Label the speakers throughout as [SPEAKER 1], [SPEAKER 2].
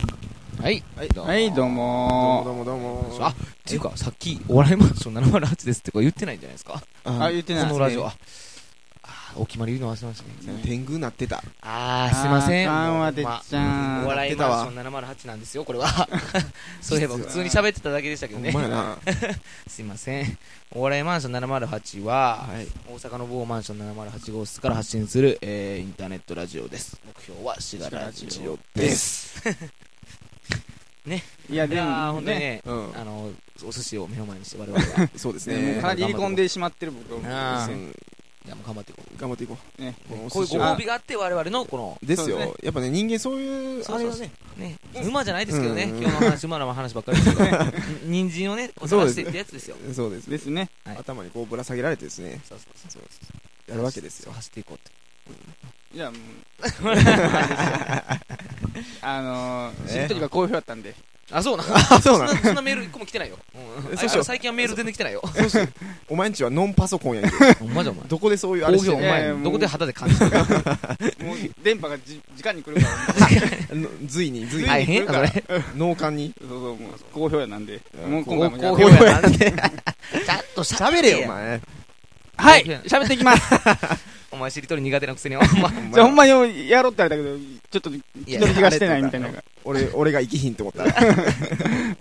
[SPEAKER 1] はい、どうも。
[SPEAKER 2] はい、どうも
[SPEAKER 1] どうもどうもどうも。
[SPEAKER 3] あ、っていうか、さっき、お笑いマンション708ですってこれ言ってないんじゃないですか。
[SPEAKER 2] ー。あ、言ってない
[SPEAKER 3] このラジオ。あ、あーお決まり言うの忘れましたね。
[SPEAKER 1] 天狗なってた。
[SPEAKER 3] あー、すいません。
[SPEAKER 2] あかんわ、
[SPEAKER 3] もう
[SPEAKER 2] てっ
[SPEAKER 3] ま
[SPEAKER 2] ちゃ
[SPEAKER 3] あ
[SPEAKER 2] ん。
[SPEAKER 3] お
[SPEAKER 2] は
[SPEAKER 3] 笑いマンション708なんですよ、これは。 そういえば、普通に喋ってただけでしたけ
[SPEAKER 1] ほ
[SPEAKER 3] ど
[SPEAKER 1] ん
[SPEAKER 3] ね。
[SPEAKER 1] まやな。
[SPEAKER 3] すいません。お笑いマンション708は、
[SPEAKER 1] はい。
[SPEAKER 3] 大阪の某マンション708号室から発信する、えーインターネットラジオです。目標は、シガラジオです。
[SPEAKER 2] いや、
[SPEAKER 3] い
[SPEAKER 2] で
[SPEAKER 3] やー、
[SPEAKER 2] も
[SPEAKER 3] ほんとに
[SPEAKER 2] ね、
[SPEAKER 3] ね、
[SPEAKER 1] うん。
[SPEAKER 3] あの、お寿司を目の前にして我々は、
[SPEAKER 1] そうです
[SPEAKER 2] でも
[SPEAKER 1] ね。
[SPEAKER 2] かなり入り込んでしまってる僕は
[SPEAKER 3] あ
[SPEAKER 1] う
[SPEAKER 3] ー
[SPEAKER 1] ん
[SPEAKER 3] いやもう頑張っていこう。
[SPEAKER 1] 頑張っていこう。
[SPEAKER 2] ね
[SPEAKER 1] このお
[SPEAKER 3] こうい
[SPEAKER 1] 寿
[SPEAKER 3] う
[SPEAKER 1] 司
[SPEAKER 3] ご
[SPEAKER 1] を
[SPEAKER 3] 褒美があって我々のこの、
[SPEAKER 1] ですよ
[SPEAKER 2] そうで。
[SPEAKER 1] やっぱね、人間そういう、あれがね。
[SPEAKER 3] ね、馬じゃないですけどね、
[SPEAKER 1] うん
[SPEAKER 3] 今日の話、馬の話ばっかりですけど ね、に人参をね、こう
[SPEAKER 1] そ
[SPEAKER 3] 探
[SPEAKER 1] うで
[SPEAKER 3] し
[SPEAKER 1] す
[SPEAKER 3] てってやつですよ。
[SPEAKER 1] そうです。
[SPEAKER 2] ですね。
[SPEAKER 3] はい
[SPEAKER 1] 頭にこうぶら下げられてですね、
[SPEAKER 3] そうそうそう
[SPEAKER 1] やるわけですよ。
[SPEAKER 3] 走っていこうって。
[SPEAKER 2] いや、もう。あのー、しっとりが好評だったんで。
[SPEAKER 3] あ、そうな。
[SPEAKER 1] あ、そう
[SPEAKER 3] そん
[SPEAKER 1] な
[SPEAKER 3] なそんなメール一個も来てないよ。うん、
[SPEAKER 1] え
[SPEAKER 3] あ
[SPEAKER 1] そうしよう
[SPEAKER 3] 最近はメール全然来てないよ。
[SPEAKER 1] お前んちはノンパソコンやんけ。
[SPEAKER 3] マジお前。
[SPEAKER 1] どこでそういうあ
[SPEAKER 3] 工
[SPEAKER 1] れして
[SPEAKER 3] 業お
[SPEAKER 1] んの
[SPEAKER 2] いやいやも
[SPEAKER 3] 前、
[SPEAKER 2] う
[SPEAKER 3] どこで肌で感じてるか。
[SPEAKER 2] もう、電波がじ、直に来るから。
[SPEAKER 1] の随に、随
[SPEAKER 3] 大
[SPEAKER 1] に、
[SPEAKER 3] 変それ。
[SPEAKER 1] 脳幹に。
[SPEAKER 2] そうそう、もう、好評やなんで。
[SPEAKER 1] うん
[SPEAKER 2] もう
[SPEAKER 3] 工
[SPEAKER 2] 今回も
[SPEAKER 3] 業
[SPEAKER 2] やろう
[SPEAKER 3] やなんで。ちゃんと
[SPEAKER 1] 喋れよ、お。前。
[SPEAKER 2] はい喋っていきます
[SPEAKER 3] お前しりとり苦手なくせに、お前。
[SPEAKER 1] お前
[SPEAKER 2] じゃあほんまにやろうって言われたけど、ちょっと気取り気がしてないみたいな。
[SPEAKER 1] 俺、俺が生きひんと思った。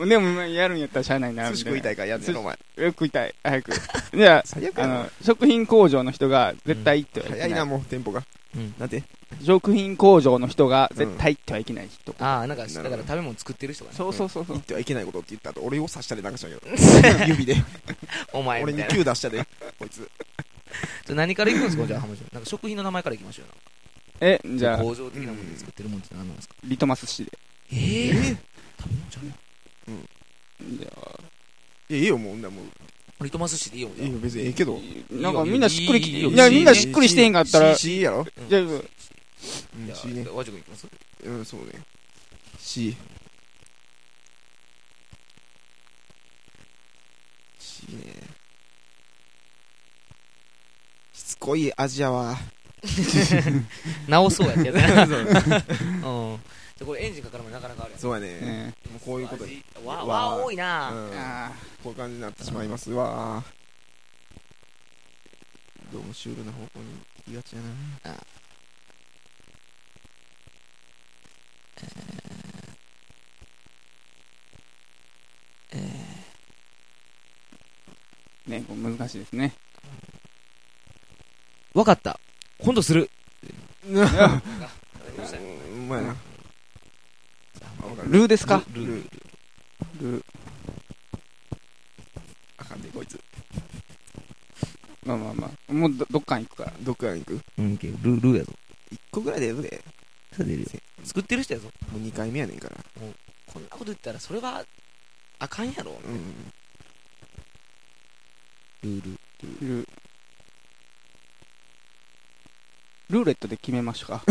[SPEAKER 2] でもまあやるんやったらしゃあないな、
[SPEAKER 1] 寿司
[SPEAKER 2] みたいな。
[SPEAKER 1] 食いたいからやんねんお前。
[SPEAKER 2] え食いたい。早く。じゃ
[SPEAKER 1] 最悪
[SPEAKER 2] あ、あ
[SPEAKER 1] やな
[SPEAKER 2] の、食品工場の人が絶対行ってはい
[SPEAKER 1] 早
[SPEAKER 2] け
[SPEAKER 1] い
[SPEAKER 2] ない。
[SPEAKER 1] な、もう、テンポが。
[SPEAKER 3] うん
[SPEAKER 1] なんて
[SPEAKER 2] 食品工場の人が絶対行ってはいけない人。
[SPEAKER 3] ああ、なんか、だから食べ物作ってる人がね。
[SPEAKER 2] そうそうそうそ
[SPEAKER 1] 言
[SPEAKER 2] う
[SPEAKER 1] っ。てはいけないことって言った後、俺を刺したで流し たんやけど。指で。
[SPEAKER 3] お前
[SPEAKER 1] 俺
[SPEAKER 3] みた
[SPEAKER 1] に
[SPEAKER 3] いな。
[SPEAKER 1] 球出したで、こいつ。
[SPEAKER 3] ちょ何から行くんですかじゃあ、浜ちゃんなんか食品の名前から行きましょうよ。
[SPEAKER 2] え、じゃあ、
[SPEAKER 3] 工場的なもので作ってるもんって何なんですか
[SPEAKER 2] リトマス紙で。
[SPEAKER 3] ええー。食べ物じゃない
[SPEAKER 2] じゃあ
[SPEAKER 1] いや、いいよ、もう、女もう。
[SPEAKER 3] リトマス紙でいいよ。
[SPEAKER 1] いいよ、別にええけど。
[SPEAKER 2] なんかみんなしっくり
[SPEAKER 3] い
[SPEAKER 2] き
[SPEAKER 3] いよ
[SPEAKER 2] いや
[SPEAKER 3] いいよ
[SPEAKER 2] みんなしっくりしてへんかったら、じ
[SPEAKER 1] C や
[SPEAKER 2] ゃ
[SPEAKER 1] ろ
[SPEAKER 2] あ、
[SPEAKER 1] うん
[SPEAKER 3] じゃ
[SPEAKER 1] C ね
[SPEAKER 3] あ、。和食いきます
[SPEAKER 1] うん、そうね。C。C ね。しつこいアジアは。
[SPEAKER 3] 直そうやってやつやな。うん。でこれエンジンかかるまでなかなかあるやん。
[SPEAKER 1] そうやね。
[SPEAKER 2] ね
[SPEAKER 1] もうこういうことで。
[SPEAKER 3] 味わ、
[SPEAKER 1] わ
[SPEAKER 3] わ、多いうな。
[SPEAKER 1] ん。
[SPEAKER 2] あ
[SPEAKER 1] こういう感じになってしまいますわ。どうもシュールな方向に行きがちやな。
[SPEAKER 2] ーね、こう難しいですね。
[SPEAKER 3] わかった。今度する。
[SPEAKER 1] うんうまいな。あわかる。
[SPEAKER 2] ルーですか
[SPEAKER 1] ルー。
[SPEAKER 2] ルー。
[SPEAKER 1] あかんで、こいつ。
[SPEAKER 2] まあまあまあ。もうどどっかに行くから。
[SPEAKER 1] どっから行く
[SPEAKER 3] うん、けどルルーやぞ。
[SPEAKER 1] 一個ぐらいでやるで。
[SPEAKER 3] 作ってる人やぞ。
[SPEAKER 1] もう二回目やねんから。
[SPEAKER 3] こんなこと言ったら、それは、あかんやろ。
[SPEAKER 1] うん。
[SPEAKER 3] ルール。
[SPEAKER 2] ルー。ルーレットで決めましょ うか。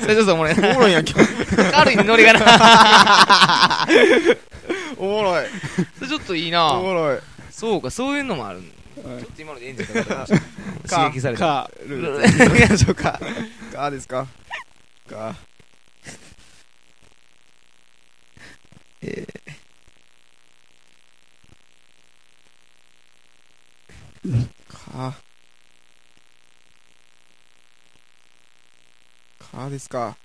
[SPEAKER 3] それちょっとおもろいな。
[SPEAKER 1] おもろいやん、今日。
[SPEAKER 3] 軽いノリがな。
[SPEAKER 1] おもろい。
[SPEAKER 3] それちょっといい
[SPEAKER 1] お
[SPEAKER 3] な。
[SPEAKER 1] もろい。
[SPEAKER 3] そうか、そういうのもあるん
[SPEAKER 2] は
[SPEAKER 3] ち
[SPEAKER 2] い
[SPEAKER 3] ょっと今のでエンジンかかるました。刺激された。
[SPEAKER 2] か、
[SPEAKER 1] ルール行きましょうか。かですか。か。えー。か。かですか。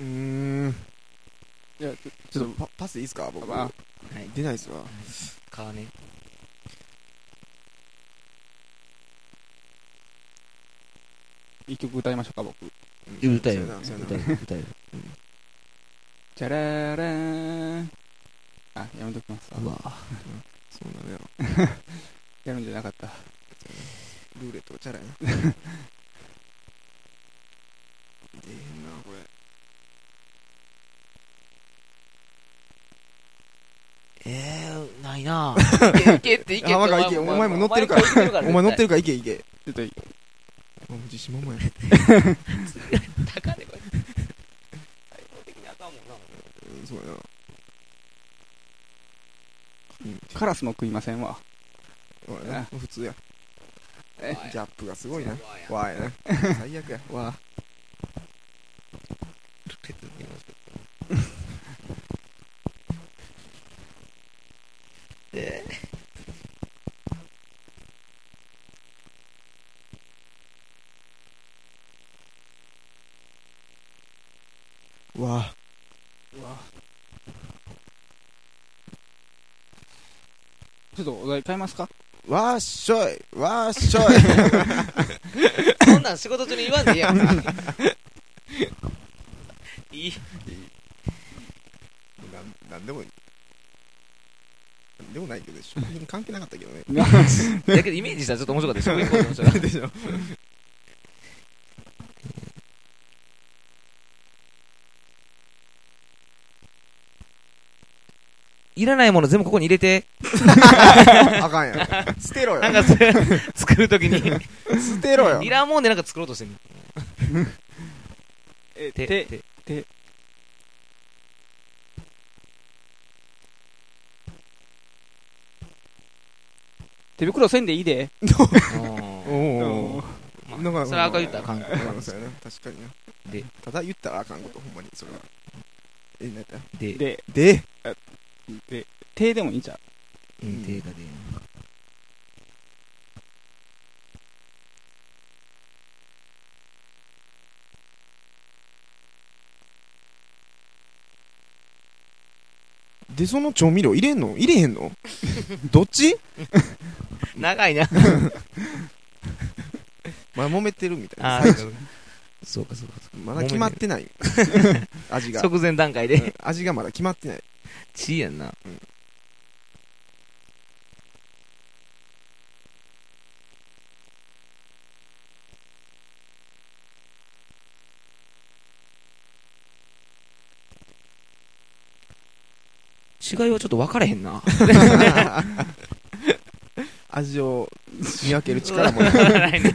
[SPEAKER 1] うーん。
[SPEAKER 2] じゃあ
[SPEAKER 1] ちょっとパパスいいですか僕、
[SPEAKER 2] まあ
[SPEAKER 1] 出ないですわ。
[SPEAKER 3] カーね。
[SPEAKER 2] 一曲歌いましょうか、僕。
[SPEAKER 3] 歌えよ
[SPEAKER 1] そうやなそうやな
[SPEAKER 3] 歌えよ歌えよ
[SPEAKER 2] チャララーン。あ、やめときます。
[SPEAKER 3] うわ
[SPEAKER 1] そうなのよ。
[SPEAKER 2] やるんじゃなかった。
[SPEAKER 1] ルーレットがチャラやな。出へんな、これ。
[SPEAKER 3] えー、ないなぁ。いけいけっていけって。
[SPEAKER 1] 浜川いけお前も乗ってるから
[SPEAKER 3] お前も乗ってるから
[SPEAKER 1] お前乗って
[SPEAKER 3] る。
[SPEAKER 1] るから、いけいけ。
[SPEAKER 2] ちょっと、
[SPEAKER 1] あ、もう自信満々や。
[SPEAKER 3] 高いでこれ。開放的にあかんもんな。
[SPEAKER 1] うん、そうやな。
[SPEAKER 2] カラスも食いませんわ。
[SPEAKER 1] そうやな
[SPEAKER 2] あ
[SPEAKER 1] 普通や
[SPEAKER 2] え
[SPEAKER 1] ギャップがすごいな
[SPEAKER 3] 怖いな
[SPEAKER 1] 怖いな最悪やわあ
[SPEAKER 3] で
[SPEAKER 1] わあ
[SPEAKER 2] ちょっとお題変えますか
[SPEAKER 1] わーっしょいわーっしょい
[SPEAKER 3] そんなん仕事中に言わんでいいやんいい
[SPEAKER 1] なんなんでもなんでもないけど食品関係なかったけどね
[SPEAKER 3] だけどイメージしたらちょっと面白かったです。食い込んでました
[SPEAKER 1] でしょ
[SPEAKER 3] いらないもの全部ここに入れて、
[SPEAKER 1] あかんやん 捨てろよ
[SPEAKER 3] なんかそれ作るときに、
[SPEAKER 1] 捨てろよ
[SPEAKER 3] いらんもんでなんか作ろうとしてる。
[SPEAKER 2] え、
[SPEAKER 3] て、
[SPEAKER 2] て、
[SPEAKER 3] て、
[SPEAKER 2] て。手袋せんでいいで。
[SPEAKER 3] うん
[SPEAKER 1] おお
[SPEAKER 3] まあ
[SPEAKER 1] なんか
[SPEAKER 3] それ赤言ったらあかん
[SPEAKER 1] まあそうやな確かにな
[SPEAKER 3] で
[SPEAKER 1] ただ言ったらあかんことほんまにそれはえなんやった
[SPEAKER 3] で、
[SPEAKER 2] で、
[SPEAKER 1] で
[SPEAKER 2] で、手でもいいんちゃう
[SPEAKER 3] うんてがで。
[SPEAKER 1] でその調味料入れんの入れ へんのどっち
[SPEAKER 3] 長いな。
[SPEAKER 1] まあ揉めてるみたいな
[SPEAKER 3] あ
[SPEAKER 1] 最
[SPEAKER 3] ー
[SPEAKER 1] 初
[SPEAKER 3] そうかそうか。
[SPEAKER 1] まだ決まってない味が
[SPEAKER 3] 即前段階で。
[SPEAKER 1] 味がまだ決まっ てない
[SPEAKER 3] ちいやんな。違いはちょっと分かれへんな。
[SPEAKER 1] 味を見 分ける力もない
[SPEAKER 3] ないね。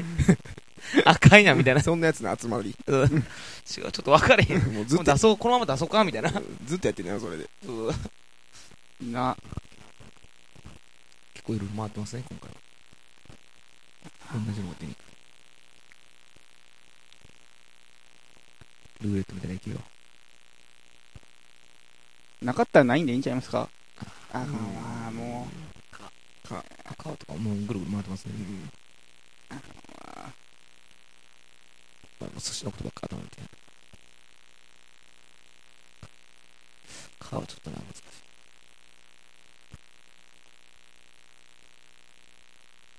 [SPEAKER 3] 赤いな、みたいな。
[SPEAKER 1] そんなやつの集まり
[SPEAKER 3] うん違う、ちょっと分かれへん。
[SPEAKER 1] もうず
[SPEAKER 3] も
[SPEAKER 1] っ
[SPEAKER 3] う
[SPEAKER 1] と
[SPEAKER 3] 出そう、このまま出そうか、みたいな。
[SPEAKER 1] ずっとやってんのよそれで
[SPEAKER 3] うん
[SPEAKER 2] な、
[SPEAKER 3] 結構いろいろ回ってますね、今回は。同じのを手に。ルーレットみたいな勢いよ。
[SPEAKER 2] なかったらないんでいいんちゃいますかあ、
[SPEAKER 1] ん
[SPEAKER 2] まあ、も
[SPEAKER 3] 赤とかもうぐるぐる回ってますね。まあ、寿司のことばっか頭に入れて。皮はちょっとな、難しい。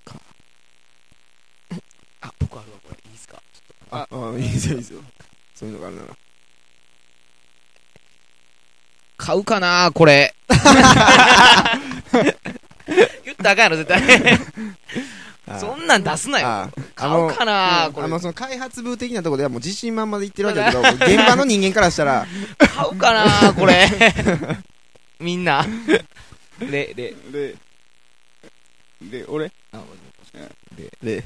[SPEAKER 3] か。 あ、僕あるわ、これ。いいですか
[SPEAKER 1] ああいいですよいいですよそういうのがあるなら
[SPEAKER 3] 買うかなこ れ。言ったらあかんやろ、絶対。そんなん出すなよ。
[SPEAKER 1] あーあ
[SPEAKER 3] 買うかな
[SPEAKER 1] うん
[SPEAKER 3] これ
[SPEAKER 1] あ。のその開発部的なとこではもう自信満々で言ってるわけだけどもう現場の人間からしたら
[SPEAKER 3] 買うかなこ れ。みんな。で、で、
[SPEAKER 2] う。で、で、俺
[SPEAKER 3] あ、
[SPEAKER 1] で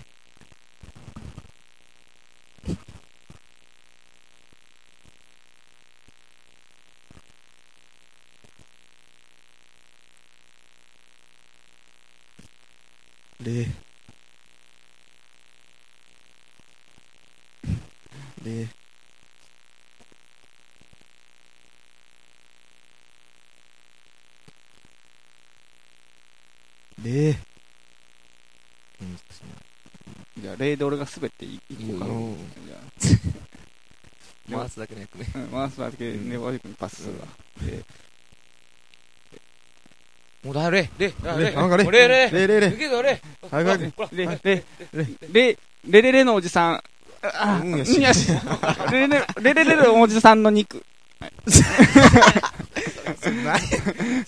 [SPEAKER 1] ででで
[SPEAKER 2] じゃあ、例で俺が滑っていいこうか
[SPEAKER 1] あ
[SPEAKER 3] いいよ
[SPEAKER 2] な。
[SPEAKER 1] の
[SPEAKER 2] じゃあ
[SPEAKER 3] 回すだけの役目。
[SPEAKER 2] うん回すだけで、ね、ワイ君にパスするわ。
[SPEAKER 3] もうだれ、れ、れ、
[SPEAKER 1] なんかね
[SPEAKER 3] もうれ、れ、
[SPEAKER 1] れれれ
[SPEAKER 3] 抜けぞ、れ。
[SPEAKER 1] はいはい
[SPEAKER 3] ほら、
[SPEAKER 2] で、で、で、レレレのおじさん。あ
[SPEAKER 1] うんよし
[SPEAKER 2] うんよし。レレレレレレのおじさんの肉。
[SPEAKER 1] ない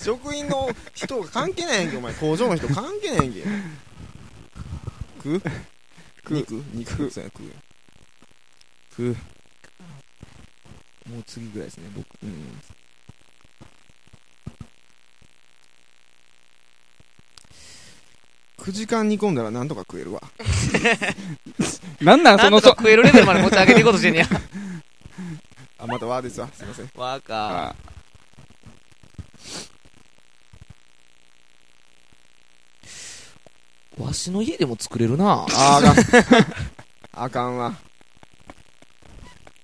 [SPEAKER 1] 職員の人が関係ないやんけお前工場の人関係ないやんけ食う
[SPEAKER 2] 食う
[SPEAKER 1] 肉肉そうや食う食う
[SPEAKER 3] もう次ぐらいですね、僕。
[SPEAKER 1] うん9時間煮込んだらなんとか食えるわ
[SPEAKER 2] なんなん
[SPEAKER 3] な
[SPEAKER 2] そ
[SPEAKER 3] んと
[SPEAKER 2] の
[SPEAKER 3] か
[SPEAKER 2] そ、
[SPEAKER 3] 食えるレベルまで持ち上げていこうとしてんねや。
[SPEAKER 1] あまたわーですわすいません
[SPEAKER 3] わか。
[SPEAKER 2] あ
[SPEAKER 3] わしの家でも作れるな
[SPEAKER 1] あーあかんあかんわ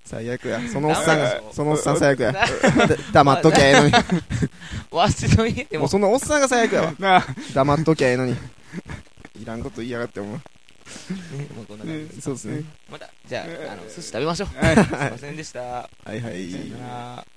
[SPEAKER 1] 最悪やそのおっさん
[SPEAKER 3] ダメ
[SPEAKER 1] が
[SPEAKER 3] だよ
[SPEAKER 1] そのおっさん最悪やで黙っときゃええ のに
[SPEAKER 3] わしの家で
[SPEAKER 1] も
[SPEAKER 3] も
[SPEAKER 1] うそのおっさんが最悪やわ
[SPEAKER 2] なあ
[SPEAKER 1] 黙っときゃええのにいらんこと言いやがって思う
[SPEAKER 3] ねもうこんな感じです
[SPEAKER 1] そうですね
[SPEAKER 3] またじゃああの寿司食べましょうすいませんでした
[SPEAKER 1] はいはい
[SPEAKER 3] さよなら